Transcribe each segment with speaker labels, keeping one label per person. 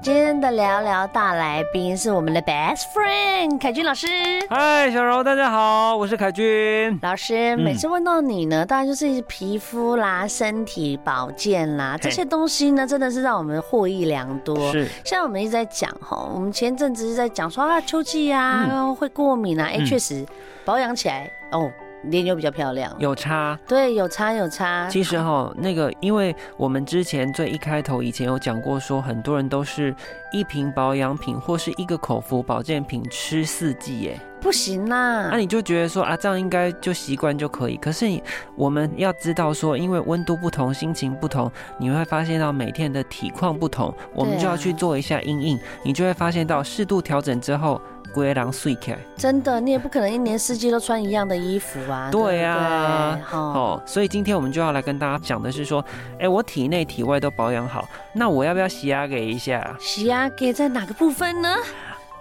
Speaker 1: 今天的聊聊大来宾是我们的 best friend 凯君老师。
Speaker 2: 嗨，小柔，大家好，我是凯君。
Speaker 1: 老师，每
Speaker 2: 嗯
Speaker 1: 次问到你呢，当然就是皮肤啦、身体保健啦这些东西呢，真的是让我们获益良多。
Speaker 2: 是
Speaker 1: 像我们一直在讲哈，我们前阵子一直在讲说啊，秋季啊、会过敏啊，哎、
Speaker 2: 嗯
Speaker 1: 确实保养起来哦，脸就比较漂亮。
Speaker 2: 有差。
Speaker 1: 对，有差有差。
Speaker 2: 其实哈，那个，因为我们之前最一开头以前有讲过，说很多人都是一瓶保养品或是一个口服保健品吃四季耶，
Speaker 1: 不行
Speaker 2: 那、
Speaker 1: 啦，
Speaker 2: 你就觉得说啊，这样应该就习惯就可以。可是你我们要知道说，因为温度不同，心情不同，你会发现到每天的体况不同，我们
Speaker 1: 对啊
Speaker 2: 就要去做一下阴应，你就会发现到适度调整之后，龟狼碎开。
Speaker 1: 真的，你也不可能一年四季都穿一样的衣服啊。
Speaker 2: 对啊
Speaker 1: 呀，哈，
Speaker 2: 哦，所以今天我们就要来跟大家讲的是说，哎、我体内体外都保养好，那我要不要洗牙给一下？
Speaker 1: 洗牙给在哪个部分呢？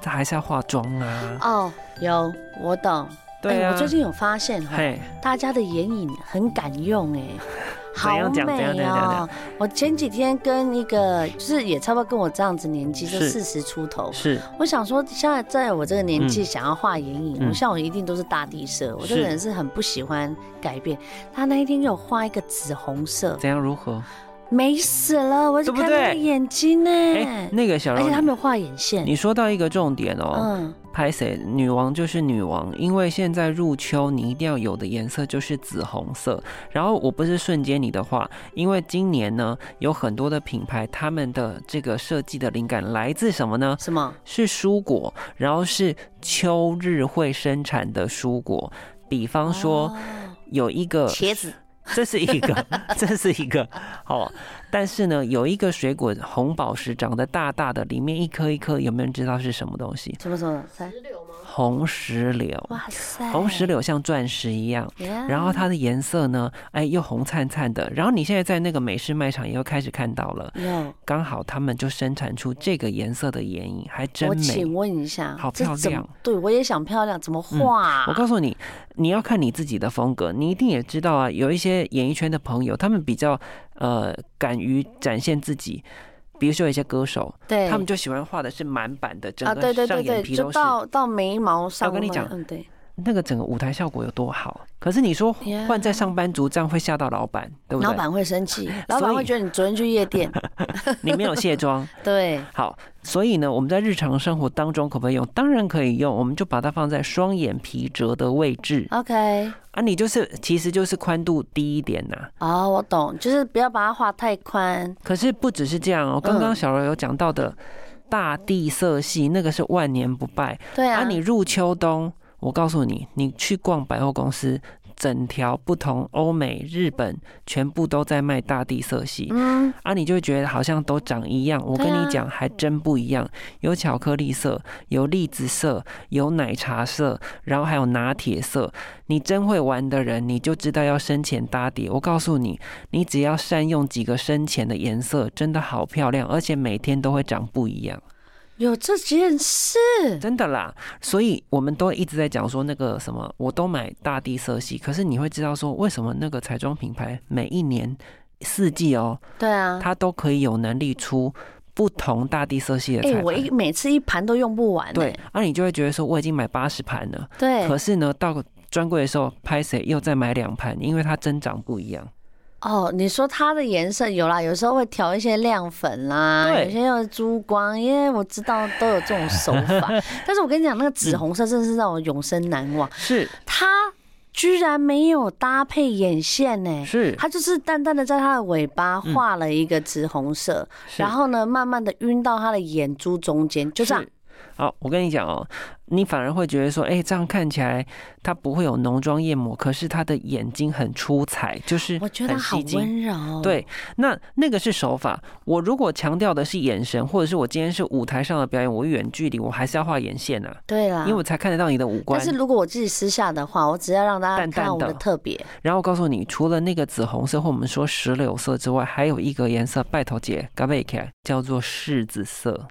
Speaker 2: 这还是要化妆啊。
Speaker 1: 哦，有，我懂。
Speaker 2: 对
Speaker 1: 哎
Speaker 2: 啊，
Speaker 1: 我最近有发现哈，
Speaker 2: 嘿，
Speaker 1: 大家的眼影很敢用 哎、好
Speaker 2: 怎样讲怎样
Speaker 1: 美
Speaker 2: 怎样怎
Speaker 1: 哦
Speaker 2: 样！
Speaker 1: 我前几天跟一个，就是也差不多跟我这样子年纪，就是四十出头。
Speaker 2: 是
Speaker 1: 我想说，现在在我这个年纪，
Speaker 2: 嗯
Speaker 1: 想要画眼影，
Speaker 2: 嗯
Speaker 1: 我像我一定都是大地色。我这
Speaker 2: 是
Speaker 1: 个人是很不喜欢改变。他那一天给我画一个紫红色，
Speaker 2: 怎样如何？
Speaker 1: 美死了！我就
Speaker 2: 对不
Speaker 1: 看他的
Speaker 2: 对
Speaker 1: 眼睛呢、
Speaker 2: 哎、那个小
Speaker 1: 嗯而
Speaker 2: 柔
Speaker 1: 且，他没有画眼线。
Speaker 2: 你说到一个重点哦，
Speaker 1: 嗯，
Speaker 2: 拍谁、女王就是女王，因为现在入秋，你一定要有的颜色就是紫红色。然后我不是瞬间你的话，因为今年呢有很多的品牌，他们的这个设计的灵感来自什么呢？
Speaker 1: 什么？
Speaker 2: 是蔬果，然后是秋日会生产的蔬果。比方说
Speaker 1: 哦
Speaker 2: 有一个，
Speaker 1: 茄子，
Speaker 2: 这是一个， 这是一个，哦，但是呢，有一个水果红宝石长得大大的，里面一颗一颗，有没有人知道是什么东西？
Speaker 1: 什么什么？三
Speaker 2: 红石榴，
Speaker 1: 哇嗯塞！
Speaker 2: 红石榴像钻石一样，
Speaker 1: Yeah，
Speaker 2: 然后它的颜色呢，哎，又红灿灿的。然后你现在在那个美式卖场也又开始看到了，
Speaker 1: 有。
Speaker 2: 刚好他们就生产出这个颜色的眼影，还真
Speaker 1: 我
Speaker 2: 美
Speaker 1: 请。问一下，
Speaker 2: 好
Speaker 1: 这
Speaker 2: 漂
Speaker 1: 怎么
Speaker 2: 亮嗯
Speaker 1: 对我也想漂亮，怎么画啊、
Speaker 2: 我告诉你，你要看你自己的风格，你一定也知道啊。有一些演艺圈的朋友，他们比较呃敢于展现自己，比如说有一些歌手，
Speaker 1: 对，
Speaker 2: 他们就喜欢画的是满版的，整
Speaker 1: 啊，对
Speaker 2: 个
Speaker 1: 对
Speaker 2: 上
Speaker 1: 对
Speaker 2: 眼
Speaker 1: 对，
Speaker 2: 皮
Speaker 1: 就
Speaker 2: 都是，
Speaker 1: 到到眉毛上。
Speaker 2: 我跟你讲
Speaker 1: 嗯，对，
Speaker 2: 那个整个舞台效果有多好。可是你说
Speaker 1: Yeah
Speaker 2: 换在上班族，这样会吓到老板，对不
Speaker 1: 老
Speaker 2: 对？
Speaker 1: 板会 生 气，老板
Speaker 2: 所以
Speaker 1: 会觉得你昨天去夜 店，
Speaker 2: 你没有卸妆，
Speaker 1: 对，
Speaker 2: 好，所以呢，我们在日常生活当中可不可以用？当然可以用，我们就把它放在双眼皮折的位置
Speaker 1: OK，
Speaker 2: 啊，你就是其实就是宽度低一点呐、
Speaker 1: 哦，我懂，就是不要把它画太宽，
Speaker 2: 可是不只是这样
Speaker 1: 嗯
Speaker 2: 哦，刚刚小柔有讲到的大地色系，那个是万年不败。
Speaker 1: 对啊，
Speaker 2: 啊，你入秋冬，我告诉你，你去逛百货公司，整条不同欧美、日本全部都在卖大地色系。
Speaker 1: 嗯，
Speaker 2: 啊，你就会觉得好像都长一样。我
Speaker 1: 对
Speaker 2: 跟
Speaker 1: 啊
Speaker 2: 你讲，还真不一样。有巧克力色，有栗子色，有奶茶色，然后还有拿铁色。你真会玩的人，你就知道要深浅搭底。我告诉你，你只要善用几个深浅的颜色，真的好漂亮，而且每天都会长不一样，
Speaker 1: 有这件事，
Speaker 2: 真的啦。所以我们都一直在讲说那个什么，我都买大地色系，可是你会知道说为什么那个彩妆品牌每一年四季哦、
Speaker 1: 对啊，
Speaker 2: 它都可以有能力出不同大地色系的
Speaker 1: 哎、
Speaker 2: 彩
Speaker 1: 我
Speaker 2: 盘。
Speaker 1: 一每次一盘都用不完、欸，
Speaker 2: 对，啊，你就会觉得说我已经买八十盘了，
Speaker 1: 对
Speaker 2: 可，是呢，到专柜的时候拍谁又再买两盘，因为它增长不一样。
Speaker 1: 哦，你说它的颜色有啦，有时候会调一些亮粉啦，
Speaker 2: 对
Speaker 1: 有些用珠光，因为我知道都有这种手 法。但是我跟你讲，那个紫
Speaker 2: 嗯
Speaker 1: 红色真的是让我永生难忘，
Speaker 2: 是
Speaker 1: 它居然没有搭配眼线呢、
Speaker 2: 是，嗯
Speaker 1: 它就是淡淡的在它的尾巴画了一个紫红色，然后呢，慢慢的晕到它的眼珠中间，就这样。
Speaker 2: 是好，我跟你讲哦，你反而会觉得说，哎、这样看起来他不会有浓妆艳抹，可是他的眼睛很出彩，就是
Speaker 1: 我觉得
Speaker 2: 很
Speaker 1: 好
Speaker 2: 吸睛
Speaker 1: 温柔。哦
Speaker 2: 对，那那个是手法。我如果强调的是眼神，或者是我今天是舞台上的表演，我远距离我还是要画眼线啊，
Speaker 1: 对啦，
Speaker 2: 因为我才看得到你的五官
Speaker 1: 但。是如果我自己私下的话，我只要让大家
Speaker 2: 淡
Speaker 1: 看
Speaker 2: 淡
Speaker 1: 到我的
Speaker 2: 的
Speaker 1: 特别，
Speaker 2: 然后我告诉你，除了那个紫红色或我们说石榴色之外，还有一个颜色，拜托姐，嘎贝克叫做柿子色。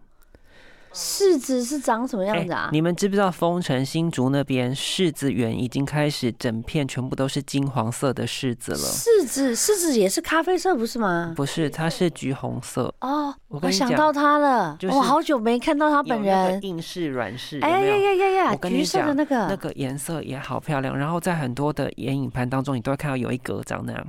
Speaker 1: 柿子是长什么
Speaker 2: 哎
Speaker 1: 样子啊？
Speaker 2: 你们知不知道丰城新竹那边柿子园已经开始整片全部都是金黄色的柿子了？
Speaker 1: 柿子，柿子也是咖啡色，不是吗？
Speaker 2: 不是，它是橘红色。
Speaker 1: 哦，
Speaker 2: 我
Speaker 1: 我
Speaker 2: 跟你
Speaker 1: 想
Speaker 2: 讲
Speaker 1: 到他了，哦
Speaker 2: 就是
Speaker 1: 我好久没看到他
Speaker 2: 有
Speaker 1: 本
Speaker 2: 那个
Speaker 1: 人。
Speaker 2: 硬柿、软柿，有
Speaker 1: 哎
Speaker 2: 没有？
Speaker 1: 呀呀呀呀，
Speaker 2: 我跟你
Speaker 1: 橘色的
Speaker 2: 讲
Speaker 1: 那个，
Speaker 2: 那个颜色也好漂亮，然后在很多的眼影盘当中，你都会看到有一格长那样，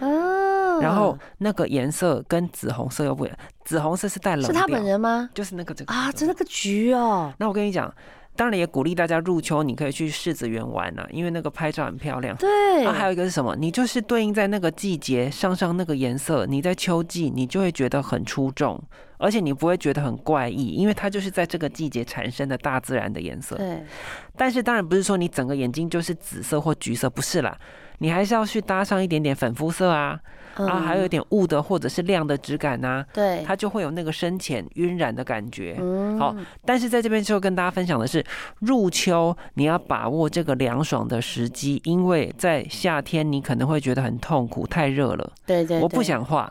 Speaker 1: 嗯
Speaker 2: 然后那个颜色跟紫红色又不一样，紫红色是带冷嗯
Speaker 1: 是他
Speaker 2: 调
Speaker 1: 本，人吗？
Speaker 2: 就是那个这个
Speaker 1: 啊，真的。个橘哦，
Speaker 2: 那我跟你讲，当然也鼓励大家入秋，你可以去柿子园玩啊，因为那个拍照很漂亮。
Speaker 1: 对，
Speaker 2: 啊，还有一个是什么？你就是对应在那个季节上上那个颜色，你在秋季你就会觉得很出众，而且你不会觉得很怪异，因为它就是在这个季节产生的大自然的颜色。
Speaker 1: 对，
Speaker 2: 但是当然不是说你整个眼睛就是紫色或橘色，不是啦，你还是要去搭上一点点粉肤色啊，啊，还有一
Speaker 1: 嗯
Speaker 2: 点雾的或者是亮的质感呐、
Speaker 1: 对，
Speaker 2: 它就会有那个深浅晕染的感觉。
Speaker 1: 嗯
Speaker 2: 好但是在这边就跟大家分享的是，入秋你要把握这个凉爽的时机，因为在夏天你可能会觉得很痛苦，太热了，
Speaker 1: 对对，
Speaker 2: 我不
Speaker 1: 对，
Speaker 2: 想画。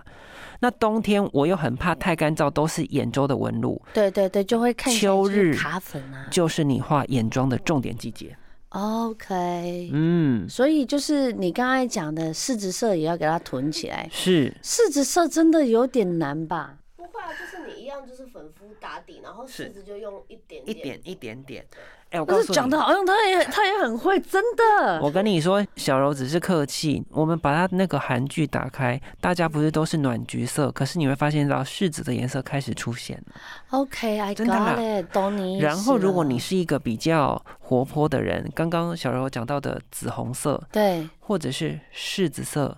Speaker 2: 那冬天我又很怕太干燥，都是眼周的纹路，
Speaker 1: 对对对，就会看起来
Speaker 2: 秋
Speaker 1: 就是
Speaker 2: 日
Speaker 1: 卡粉啊
Speaker 2: 就是你画眼妆的重点季节。
Speaker 1: ，OK。
Speaker 2: 嗯，
Speaker 1: 所以就是你刚才讲的柿子色也要给它囤起来，
Speaker 2: 是。
Speaker 1: 柿子色真的有点难吧？
Speaker 3: 不会啊，就是你一样，就是粉肤打底，然后
Speaker 2: 是
Speaker 3: 柿子就用一点
Speaker 2: 一点一点点。哎、我告
Speaker 1: 但是
Speaker 2: 诉你，
Speaker 1: 讲的好像他也他也很会，真的。
Speaker 2: 我跟你说，小柔只是客气。我们把它那个韩剧打开，大家不是都是暖橘色，可是你会发现到柿子的颜色开始出现了。
Speaker 1: OK，I、
Speaker 2: 真的啦
Speaker 1: got it，懂你意思了。
Speaker 2: 然后，如果你是一个比较活泼的人，刚刚小柔讲到的紫红色
Speaker 1: 对
Speaker 2: 或者是柿子色。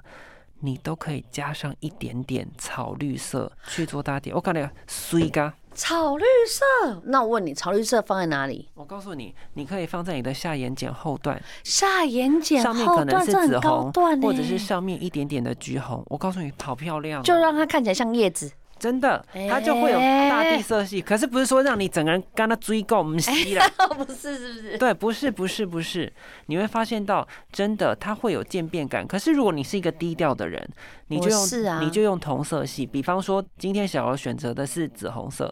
Speaker 2: 你都可以加上一点点草绿色去做搭点。我告诉你，水咖，
Speaker 1: 草绿色，那我问你，草绿色放在哪里？
Speaker 2: 我告诉你，你可以放在你的下眼睑后段，
Speaker 1: 下眼睑
Speaker 2: 上面
Speaker 1: 后
Speaker 2: 可能
Speaker 1: 段，
Speaker 2: 是
Speaker 1: 这
Speaker 2: 紫
Speaker 1: 很高欸
Speaker 2: 红
Speaker 1: 段，呢、
Speaker 2: 或者是上面一点点的橘红。我告诉你，好漂亮哦、
Speaker 1: 就让它看起来像叶子。
Speaker 2: 真的，它就会有大
Speaker 1: 哎
Speaker 2: 地色系。可是不是说让你整个人跟它追够，不是啦。
Speaker 1: 哦，不是，是不是？
Speaker 2: 对，不是，不是，不是，你会发现到真的它会有渐变感。可是如果你是一个低调的人，你就
Speaker 1: 我是
Speaker 2: 用、
Speaker 1: 啊
Speaker 2: 你就用同色系，比方说今天小柔选择的是紫红色，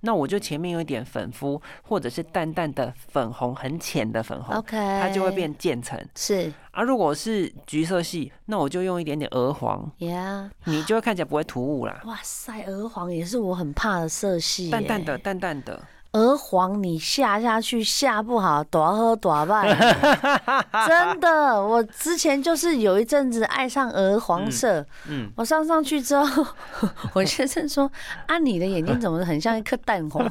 Speaker 2: 那我就前面有一点粉肤，或者是淡淡的粉红，很浅的粉红，
Speaker 1: OK，
Speaker 2: 它就会变渐层。
Speaker 1: 是
Speaker 2: 啊，如果是橘色系，那我就用一点点鹅黄，
Speaker 1: ，Yeah，
Speaker 2: 你就会看起来不会突兀啦，
Speaker 1: 哇塞，鹅黄也是我很怕的色系耶，
Speaker 2: 淡淡的，淡淡的。
Speaker 1: 鹅黄你下下去下不好，多喝多败。 真的，我之前就是有一阵子爱上鹅黄色，
Speaker 2: 嗯嗯
Speaker 1: 我上上去之后， 我先生说：“啊，你的眼睛怎么很像一颗蛋黄？”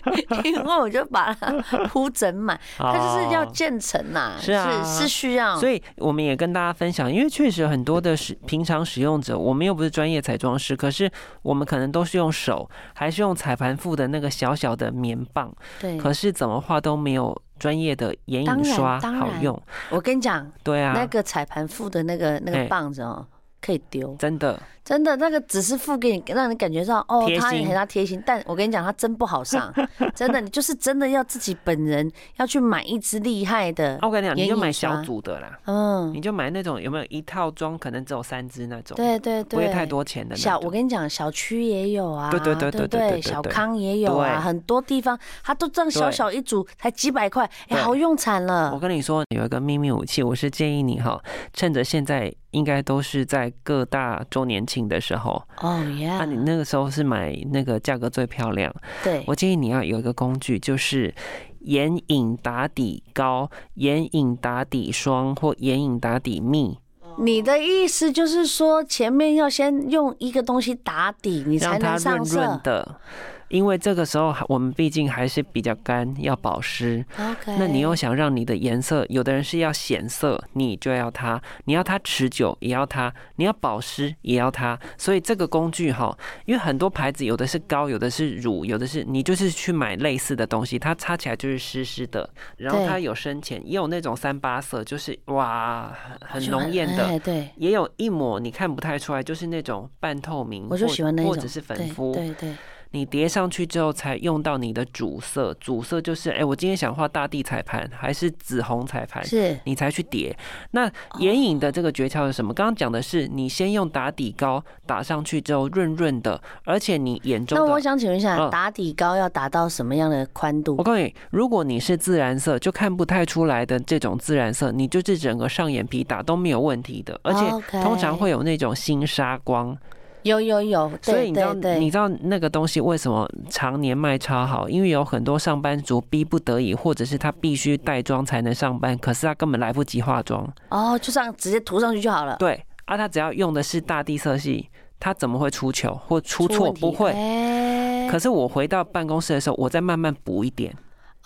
Speaker 1: 因为我就把它铺整满，它就是要渐层呐，
Speaker 2: 哦是啊
Speaker 1: 是是需要，
Speaker 2: 所
Speaker 1: 以
Speaker 2: 以我们也跟大家分享，因为确实很多的使平常使用者，我们又不是专业彩妆师，可是我们可能都是用手，还是用彩盘附的那个小小的棉棒，
Speaker 1: 对。
Speaker 2: 可是怎么画都没有专业的眼
Speaker 1: 嗯当
Speaker 2: 影
Speaker 1: 然
Speaker 2: 刷
Speaker 1: 当
Speaker 2: 好
Speaker 1: 然
Speaker 2: 用。
Speaker 1: 我跟你讲，
Speaker 2: 对啊，
Speaker 1: 那个彩盘附的那个那个
Speaker 2: 哎
Speaker 1: 棒子哦，可以丢。
Speaker 2: 真的
Speaker 1: 真的，那个只是付给你，让你感觉到哦
Speaker 2: 贴，心
Speaker 1: 他也很他贴心。但我跟你讲，他真不好 上，真的，你就是真的要自己本人要去买一支厉害的
Speaker 2: 啊，我跟你讲，你
Speaker 1: 眼
Speaker 2: 就
Speaker 1: 影
Speaker 2: 买小
Speaker 1: 刷
Speaker 2: 组的啦，
Speaker 1: 嗯，
Speaker 2: 你就买那种有没有一套装可能只有三支那种，
Speaker 1: 对对对，
Speaker 2: 不会太。多钱的那
Speaker 1: 小，我
Speaker 2: 种。
Speaker 1: 跟你讲，小区也有啊，
Speaker 2: 对对对
Speaker 1: 对
Speaker 2: 对
Speaker 1: 不
Speaker 2: 对对对
Speaker 1: 小
Speaker 2: 对
Speaker 1: 康也有啊，
Speaker 2: 对
Speaker 1: 很多地方它都这样小
Speaker 2: 对
Speaker 1: 小一组才几百块，哎，
Speaker 2: 对
Speaker 1: 好用惨
Speaker 2: 我
Speaker 1: 了。
Speaker 2: 跟你说，有一个秘密武器，我是建议你哈，趁着现在应该都是在各大周年庆的时候，
Speaker 1: 哦
Speaker 2: 那、
Speaker 1: 耶
Speaker 2: 啊你，那个时候是买那个价格最漂亮。
Speaker 1: 对，
Speaker 2: 我建议你要有一个工具，就是眼影打底膏、眼影打底霜或眼影打底蜜，
Speaker 1: 你的意思就是说前面要先用一个东西打底，你才
Speaker 2: 让它
Speaker 1: 能
Speaker 2: 润
Speaker 1: 上
Speaker 2: 润
Speaker 1: 色。
Speaker 2: 的。因为这个时候还我们毕竟还是比较干，要保湿。
Speaker 1: OK，
Speaker 2: 那你又想让你的颜色，有的人是要显色，你就要它；你要它持久，也要它；你要保湿，也要它。所以这个工具哈，因为很多牌子有的是膏，有的是乳，有的是你就是去买类似的东西，它擦起来就是湿湿的，然后
Speaker 1: 对
Speaker 2: 它有深浅，也有那种三八色，就是哇很很
Speaker 1: 就
Speaker 2: 浓艳的。
Speaker 1: 哎，对，
Speaker 2: 也有一抹你看不太出来，就是那种半透明，
Speaker 1: 我就
Speaker 2: 或
Speaker 1: 喜欢那一
Speaker 2: 或
Speaker 1: 种
Speaker 2: 者是粉
Speaker 1: 对
Speaker 2: 肤，
Speaker 1: 对对，
Speaker 2: 你叠上去之后才用到你的主色，主色就是哎、我今天想画大地彩盘还是紫红彩盘，
Speaker 1: 是
Speaker 2: 你才去叠。那眼影的这个诀窍是什么？刚刚讲的是你先用打底膏打上去之后润润的，而且你眼中
Speaker 1: 那
Speaker 2: 的
Speaker 1: 我想请问一下，
Speaker 2: 嗯
Speaker 1: 打底膏要达到什么样的宽度
Speaker 2: 我？告诉你，如果你是自然色，就看不太出来的这种自然色，你就是整个上眼皮打都没有问题的，而且
Speaker 1: 哦 OK
Speaker 2: 通常会有那种星沙光。
Speaker 1: 有有有，
Speaker 2: 所
Speaker 1: 对
Speaker 2: 以你知道，
Speaker 1: 对
Speaker 2: 你
Speaker 1: 对，
Speaker 2: 知道那个东西为什么常年卖超好？因为有很多上班族逼不得已，或者是他必须带妆才能上班，可是他根本来不及化妆。
Speaker 1: 哦，就这样直接涂上去就好了，
Speaker 2: 对啊，他只要用的是大地色系，他怎么会出糗或出
Speaker 1: 问
Speaker 2: 错？
Speaker 1: 题
Speaker 2: 不会。
Speaker 1: 哎
Speaker 2: 可是我回到办公室的时候，我再慢慢补一点。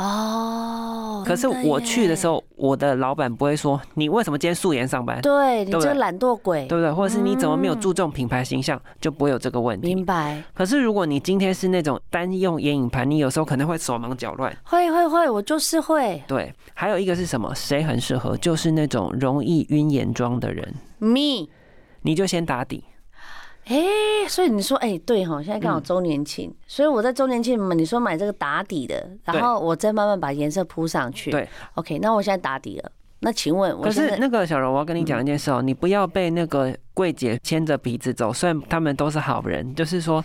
Speaker 1: 哦，
Speaker 2: 可是
Speaker 1: 真
Speaker 2: 我去的时
Speaker 1: 耶，
Speaker 2: 候，我的老板不会说你为什么今天素颜上班，
Speaker 1: 对你
Speaker 2: 对
Speaker 1: 这
Speaker 2: 不
Speaker 1: 个
Speaker 2: 对
Speaker 1: 懒惰鬼
Speaker 2: 对，不对？或者是你怎么没有注重品牌形象，就不会有这个问题。
Speaker 1: 明白？
Speaker 2: 可是如果你今天是那种单用眼影盘，你有时候可能会手忙脚乱。
Speaker 1: 会会会，我就是会
Speaker 2: 对，还有一个是什么？谁很适合？就是那种容易晕眼妆的人，
Speaker 1: me。
Speaker 2: 你就先打底。
Speaker 1: 哎、所以你说，哎、对哈，现在
Speaker 2: 嗯
Speaker 1: 刚好周年庆，所以我在周年庆嘛，你说买这个打底的，然
Speaker 2: 对
Speaker 1: 后我再慢慢把颜色铺上去。
Speaker 2: 对
Speaker 1: ，OK，那我现在打底了，那请问我嗯
Speaker 2: 可
Speaker 1: 现
Speaker 2: 是
Speaker 1: 在
Speaker 2: 那个小柔，我要跟你讲一件事哦、你不要被那个柜姐牵着鼻子走。虽然他们都是好人，就是说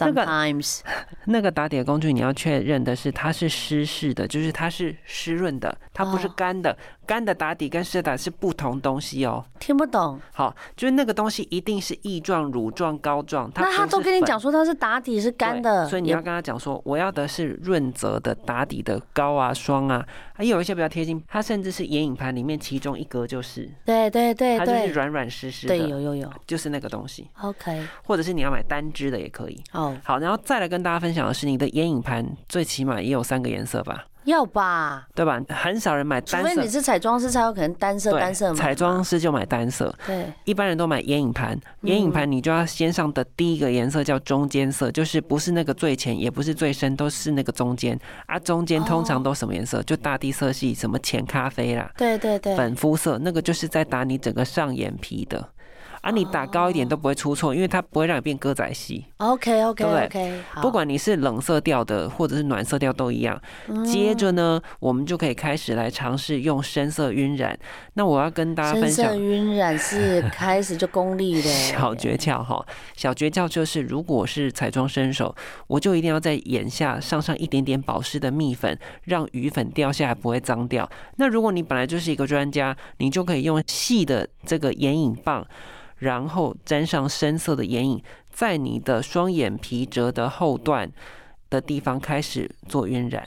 Speaker 2: 那个
Speaker 1: sometimes
Speaker 2: 那个打底的工具，你要确认的是它是湿式的，就是它是湿润的，它不是
Speaker 1: 哦
Speaker 2: 干的。干的打底跟湿的打底是不同东西哦、
Speaker 1: 听不懂，
Speaker 2: 好，就是那个东西一定是液状、乳状、膏状，它
Speaker 1: 那他
Speaker 2: 不
Speaker 1: 都
Speaker 2: 是
Speaker 1: 跟你
Speaker 2: 粉
Speaker 1: 讲说它是打底是干
Speaker 2: 对
Speaker 1: 的，
Speaker 2: 所以你
Speaker 1: 也
Speaker 2: 要跟他讲说，我要的是润泽的打底的膏啊、霜啊，还有一些比较贴心，它甚至是眼影盘里面其中一格就是，
Speaker 1: 对对对
Speaker 2: 它就是
Speaker 1: 哎对
Speaker 2: 软软湿湿
Speaker 1: 对，有
Speaker 2: 的，
Speaker 1: 有有
Speaker 2: 就是那个东西，
Speaker 1: ，OK，
Speaker 2: 或者是你要买单支的也可以。
Speaker 1: 哦，
Speaker 2: 好，然后再来跟大家分享的是，你的眼影盘最起码也有三个颜色吧，
Speaker 1: 要吧，
Speaker 2: 对吧？很少人买
Speaker 1: 除
Speaker 2: 单
Speaker 1: 非
Speaker 2: 色
Speaker 1: 你，是彩妆师才有可能单色单色
Speaker 2: 对，
Speaker 1: 嘛，
Speaker 2: 彩妆师就买单色，
Speaker 1: 对，
Speaker 2: 一般人都买眼影盘，
Speaker 1: 嗯
Speaker 2: 眼影盘你就要先上的第一个颜色叫中间色，就是不是那个最浅，也不是最深，都是那个中间。啊，中
Speaker 1: 哦
Speaker 2: 间通常都什么颜色？就大地色系，什么浅咖啡啦、
Speaker 1: 对对对，
Speaker 2: 粉肤色，那个就是在打你整个上眼皮的。啊，你打高一点都不会出错，因为它不会让你变歌仔戏。
Speaker 1: ，OK OK
Speaker 2: 对
Speaker 1: OK，好，
Speaker 2: 不管你是冷色调的，或者是暖色调都一样。
Speaker 1: 嗯
Speaker 2: 接着呢，我们就可以开始来尝试用深色晕染。那我要跟大家
Speaker 1: 嗯深
Speaker 2: 分享
Speaker 1: 色，晕染是开始就功利的，
Speaker 2: 小诀窍哈，小诀窍就是，如果是彩妆伸手，我就一定要在眼下上上一点点保湿的蜜粉，让余粉掉下来不会脏掉。那如果你本来就是一个专家，你就可以用细的这个眼影棒，然后沾上深色的眼影，在你的双眼皮褶的后段的地方开始做晕染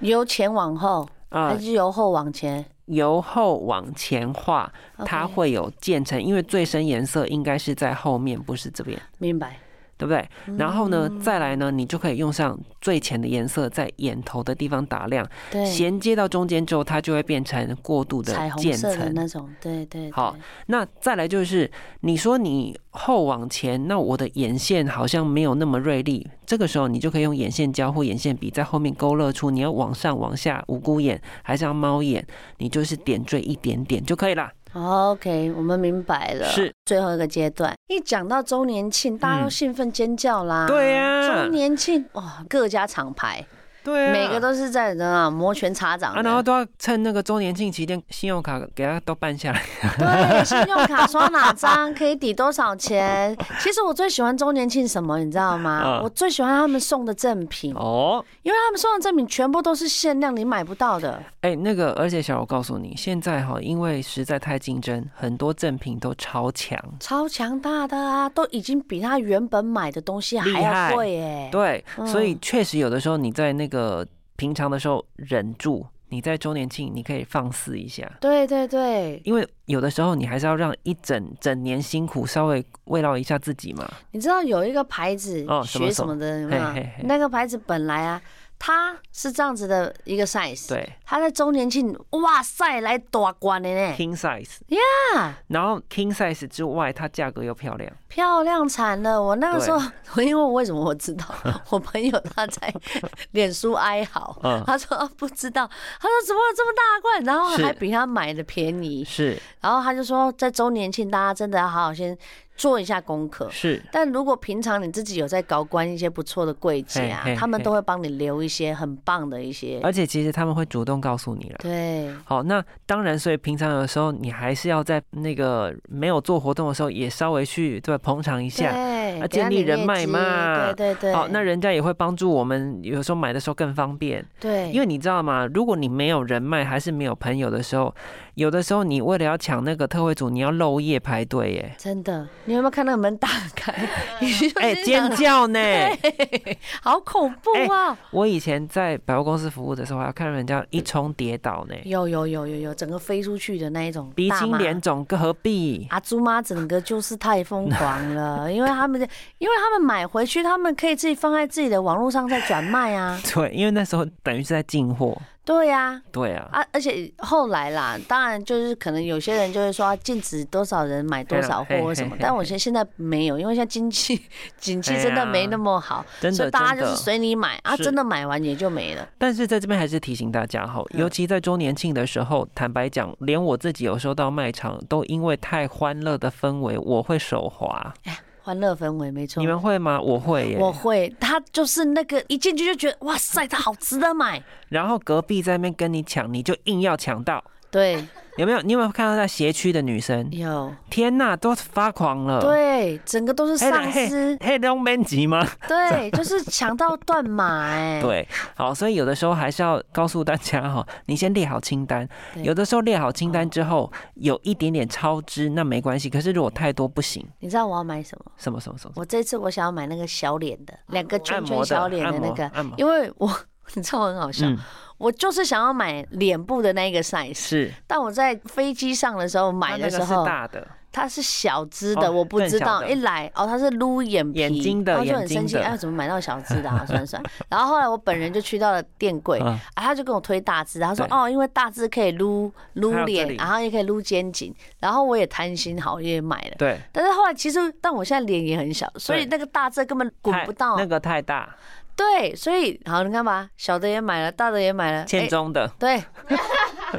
Speaker 1: 由前往后，
Speaker 2: 啊、
Speaker 1: 还是由后往前？
Speaker 2: 由后往前画，它
Speaker 1: OK，
Speaker 2: 会有渐层，因为最深颜色应该是在后面，不是这边。
Speaker 1: 明白。
Speaker 2: 对不对？
Speaker 1: 嗯
Speaker 2: 然后呢，再来呢，你就可以用上最浅的颜色，在眼头的地方打亮，
Speaker 1: 对，
Speaker 2: 衔接到中间之后，它就会变成过度的
Speaker 1: 彩虹
Speaker 2: 渐
Speaker 1: 色的
Speaker 2: 层。
Speaker 1: 那种，对对。
Speaker 2: 好
Speaker 1: 对，
Speaker 2: 那再来就是，你说你后往前，那我的眼线好像没有那么锐利，这个时候你就可以用眼线胶或眼线笔在后面勾勒出你要往上、往下、无辜眼还是要猫眼，你就是点缀一点点就可以啦。
Speaker 1: OK，我们明白了。
Speaker 2: 是
Speaker 1: 最后一个阶段，一讲到周年庆，大家都
Speaker 2: 嗯
Speaker 1: 兴奋尖叫啦。
Speaker 2: 对呀
Speaker 1: 周年庆哇，各家厂牌
Speaker 2: 对
Speaker 1: 每个都是在那摩拳擦掌
Speaker 2: 啊，然后
Speaker 1: 的。
Speaker 2: 都要趁那个周年庆期间，信用卡给它都办下来。
Speaker 1: 对，信用卡刷哪 张可以抵多少钱？其实我最喜欢周年庆什么，你知道吗？
Speaker 2: 嗯
Speaker 1: 我最喜欢他们送的赠品，
Speaker 2: 哦，
Speaker 1: 因为他们送的赠品全部都是限量，你买不到的。
Speaker 2: 哎、那个，而且小柔告诉你，现在哈，因为实在太竞争，很多赠品都超强。
Speaker 1: 超强大的啊，都已经比他原本买的东西还
Speaker 2: 厉
Speaker 1: 要
Speaker 2: 害
Speaker 1: 贵哎、
Speaker 2: 对，所以
Speaker 1: 嗯
Speaker 2: 确实有的时候你在那个平常的时候忍住，你在周年庆你可以放肆一下，
Speaker 1: 对对对，
Speaker 2: 因为有的时候你还是要让一整整年辛苦稍微慰劳一下自己嘛。
Speaker 1: 你知道有一个牌子
Speaker 2: 哦什么
Speaker 1: 学
Speaker 2: 什
Speaker 1: 什
Speaker 2: 么
Speaker 1: 么的有没有
Speaker 2: 嘿嘿嘿
Speaker 1: 那个牌子本来啊，它是这样子的一个 size，，
Speaker 2: 对
Speaker 1: 它在周年庆，哇塞，来大关的呢，
Speaker 2: ，king size，
Speaker 1: 啊，
Speaker 2: 然后 king size 之外，它价格又漂亮。
Speaker 1: 漂亮惨了！我那个时候，我因为我为什么我知道，我朋友他在脸书哀嚎
Speaker 2: 嗯，
Speaker 1: 他说、啊不知道，他说怎么有这么大罐，然后
Speaker 2: 是
Speaker 1: 还比他买的便宜，
Speaker 2: 是
Speaker 1: 然后他就说在周年庆大家真的要好好先做一下功课。
Speaker 2: 是，
Speaker 1: 但如果平常你自己有在搞关一些不错的柜姐啊
Speaker 2: 嘿嘿，
Speaker 1: 他们
Speaker 2: 嘿
Speaker 1: 都会帮你留一些很棒的一些。
Speaker 2: 而啊且其实他们会主动告诉你了。
Speaker 1: 对，
Speaker 2: 好，那当然，所以平常有时候你还是要在那个没有做活动的时候，也稍微去对吧捧场一下。
Speaker 1: 对，
Speaker 2: 啊
Speaker 1: 给他
Speaker 2: 建立
Speaker 1: 你
Speaker 2: 人
Speaker 1: 业
Speaker 2: 脉
Speaker 1: 绩
Speaker 2: 嘛
Speaker 1: 对对对。
Speaker 2: 好，那人家也会帮助我们，有时候买的时候更方便。
Speaker 1: 对，
Speaker 2: 因为你知道吗？如果你没有人脉，还是没有朋友的时候，有的时候你为了要抢那个特惠组，你要漏夜排 队耶。
Speaker 1: 真的，你有没有看那个门打开？ 你就
Speaker 2: 哎、
Speaker 1: 是
Speaker 2: 尖
Speaker 1: 想
Speaker 2: 叫 呢！
Speaker 1: 好恐怖啊！
Speaker 2: 我以前在百货公司服务的时候，还要看人家一冲跌倒呢，
Speaker 1: 有有有有有，整个飞出去的那一种
Speaker 2: 哎鼻
Speaker 1: 大
Speaker 2: 青
Speaker 1: 妈
Speaker 2: 脸肿，何必？
Speaker 1: 阿朱妈整个就是太疯狂 了，因为他们的，因为他们买回去，他们可以自己放在自己的网络上再转卖啊，
Speaker 2: 对，因为那时候等于是在进货。
Speaker 1: 对呀、
Speaker 2: 对啊，
Speaker 1: 啊，而且后来啦，当然就是可能有些人就会说啊禁止多少人买多少货
Speaker 2: 嘿
Speaker 1: 或什么
Speaker 2: 嘿，
Speaker 1: 但我觉得现在没有，因为现在经济 景气真的没那么好，
Speaker 2: 真
Speaker 1: 所
Speaker 2: 的
Speaker 1: 以大
Speaker 2: 真
Speaker 1: 家就是
Speaker 2: 的。
Speaker 1: 随你买啊，
Speaker 2: 是
Speaker 1: 真的买完也就没了。
Speaker 2: 但是在这边还是提醒大家哈，
Speaker 1: 嗯
Speaker 2: 尤其在周年庆的时候，坦白讲，连我自己有时候到卖场，都因为太欢乐的氛围，我会手滑。
Speaker 1: 哎欢乐氛围没错
Speaker 2: 你，们会吗？我会耶。
Speaker 1: 我会，他就是那个一进去就觉得哇塞，它好值得买。
Speaker 2: 然后隔壁在那边跟你抢，你就硬要抢到，
Speaker 1: 对，
Speaker 2: 有没有？你有没有看到在斜区的女生？
Speaker 1: 有，
Speaker 2: 天呐，都发狂了。。
Speaker 1: 嗯对，整个都是
Speaker 2: 嘿
Speaker 1: 丧
Speaker 2: 嘿
Speaker 1: 尸，
Speaker 2: 嘿，龙门级吗？
Speaker 1: 对，就是抢到断码，哎，
Speaker 2: 对，好，所以有的时候还是要告诉大家哈，你先列好清单。
Speaker 1: 对
Speaker 2: 有的时候列好清单之后，有一点点超支那没关系，可是如果太多不行，
Speaker 1: 你知道我要买什么？
Speaker 2: 什么什么什么。
Speaker 1: 我这次我想要买那个小脸的，两个
Speaker 2: 按
Speaker 1: 圈
Speaker 2: 摩
Speaker 1: 圈
Speaker 2: 的
Speaker 1: 小脸的
Speaker 2: 按
Speaker 1: 那
Speaker 2: 摩
Speaker 1: 个，
Speaker 2: 按摩
Speaker 1: 因为我 你知道我很好笑，
Speaker 2: 嗯，
Speaker 1: 我就是想要买脸部的那一个 size，
Speaker 2: 是
Speaker 1: 但我在飞机上的时候买
Speaker 2: 它
Speaker 1: 的
Speaker 2: 那
Speaker 1: 时
Speaker 2: 个是
Speaker 1: 候，
Speaker 2: 大的，
Speaker 1: 它是小只的，
Speaker 2: 哦
Speaker 1: 我不知道。
Speaker 2: 更小的
Speaker 1: 一来哦，它是撸眼皮，
Speaker 2: 眼睛的
Speaker 1: 然后就
Speaker 2: 眼
Speaker 1: 很
Speaker 2: 睛
Speaker 1: 生气，
Speaker 2: 的
Speaker 1: 哎，怎么买到小只的 啊？算了算了。然后后来我本人就去到了店柜，啊，
Speaker 2: 嗯，
Speaker 1: 他就跟我推大只的，他说
Speaker 2: 对
Speaker 1: 哦，因为大只可以撸撸
Speaker 2: 还有这
Speaker 1: 脸，
Speaker 2: 里
Speaker 1: 然后也可以撸肩颈。然后我也贪心，好，我也买了。
Speaker 2: 对，
Speaker 1: 但是后来其实，但我现在脸也很小，所以
Speaker 2: 对
Speaker 1: 那个大只根本滚
Speaker 2: 太
Speaker 1: 不到啊
Speaker 2: 那。个太大，
Speaker 1: 对，所以好，你看吧，小的也买了，大的也买了，
Speaker 2: 欠
Speaker 1: 哎
Speaker 2: 中的，
Speaker 1: 对，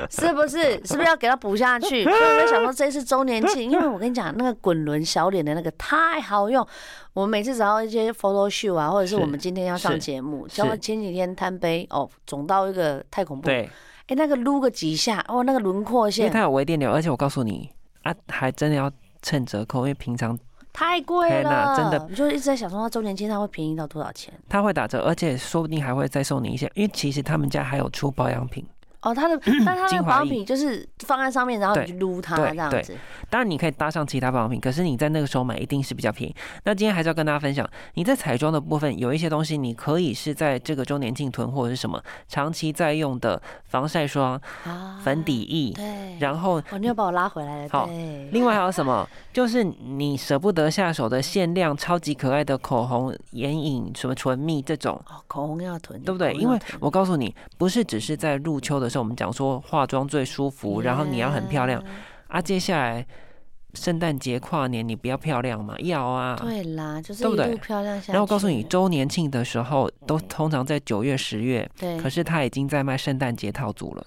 Speaker 1: 是不是？是不是要给他补下去？所以我就想说，这次周年庆，因为我跟你讲，那个滚轮小脸的那个太好用。我每次只要一些 photo shoot 啊，或者是
Speaker 2: 是
Speaker 1: 我们今天要上节目，
Speaker 2: 是
Speaker 1: 像我前几天摊杯哦，肿到一个太恐怖。哎、
Speaker 2: 对，
Speaker 1: 那个撸个几下，哦，那个轮廓
Speaker 2: 因为
Speaker 1: 线
Speaker 2: 它有微电流，而且我告诉你啊，还真的要趁折扣，因为平常
Speaker 1: 太贵
Speaker 2: 天
Speaker 1: 了，
Speaker 2: 哪真的，
Speaker 1: 我就一直在想说，它周年庆它会便宜到多少钱？
Speaker 2: 它会打折，而且说不定还会再送你一些，因为其实他们家还有出保养品，
Speaker 1: 哦，它 的，但它那
Speaker 2: 精
Speaker 1: 个
Speaker 2: 华
Speaker 1: 保养
Speaker 2: 液
Speaker 1: 品就是放在上面，然后你
Speaker 2: 对
Speaker 1: 去撸它
Speaker 2: 对
Speaker 1: 这样
Speaker 2: 对
Speaker 1: 子。
Speaker 2: 当然你可以搭上其他保养品，可是你在那个时候买一定是比较便宜。那今天还是要跟大家分享，你在彩妆的部分有一些东西，你可以是在这个周年庆囤货是什么，长期在用的防晒霜、
Speaker 1: 啊
Speaker 2: 粉，底液，
Speaker 1: 对，
Speaker 2: 然后
Speaker 1: 哦，你又把我拉回来了，
Speaker 2: 好
Speaker 1: 对。
Speaker 2: 另外还有什么？就是你舍不得下手的限量超级可爱的口红、眼影、什么唇蜜这种，
Speaker 1: 哦，口红要囤，
Speaker 2: 对不对？
Speaker 1: 口红啊
Speaker 2: 因为
Speaker 1: 要囤
Speaker 2: 我告诉你，不是只是在入秋的时候，我们讲说化妆最舒服，然后你要很漂亮。啊。接下来圣诞节、跨年，你不要漂亮嘛？要啊。
Speaker 1: 对啦，就是
Speaker 2: 对
Speaker 1: 一
Speaker 2: 不对
Speaker 1: 路漂亮下去。
Speaker 2: 然后我告诉你，周年庆的时候都通常在九月、十月，
Speaker 1: 对
Speaker 2: 可，是他已经在卖圣诞节套组了。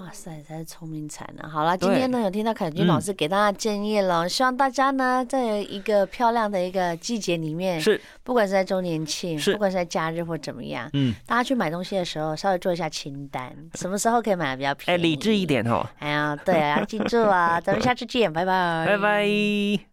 Speaker 1: 哇塞，才是聪明惨了。好啦，
Speaker 2: 对嗯
Speaker 1: 今天呢有听到凯君老师给大家建议了，希望大家呢在一个漂亮的一个季节里面，
Speaker 2: 是，
Speaker 1: 不管是在周年庆，
Speaker 2: 是
Speaker 1: 不管是在假日或怎么样，
Speaker 2: 嗯，
Speaker 1: 大家去买东西的时候稍微做一下清单，什么时候可以买的比较便
Speaker 2: 哎，
Speaker 1: 宜？
Speaker 2: 理智一。点哦，
Speaker 1: 哎呀，对啊，要记住啊，咱们下次见，拜拜，
Speaker 2: 拜拜。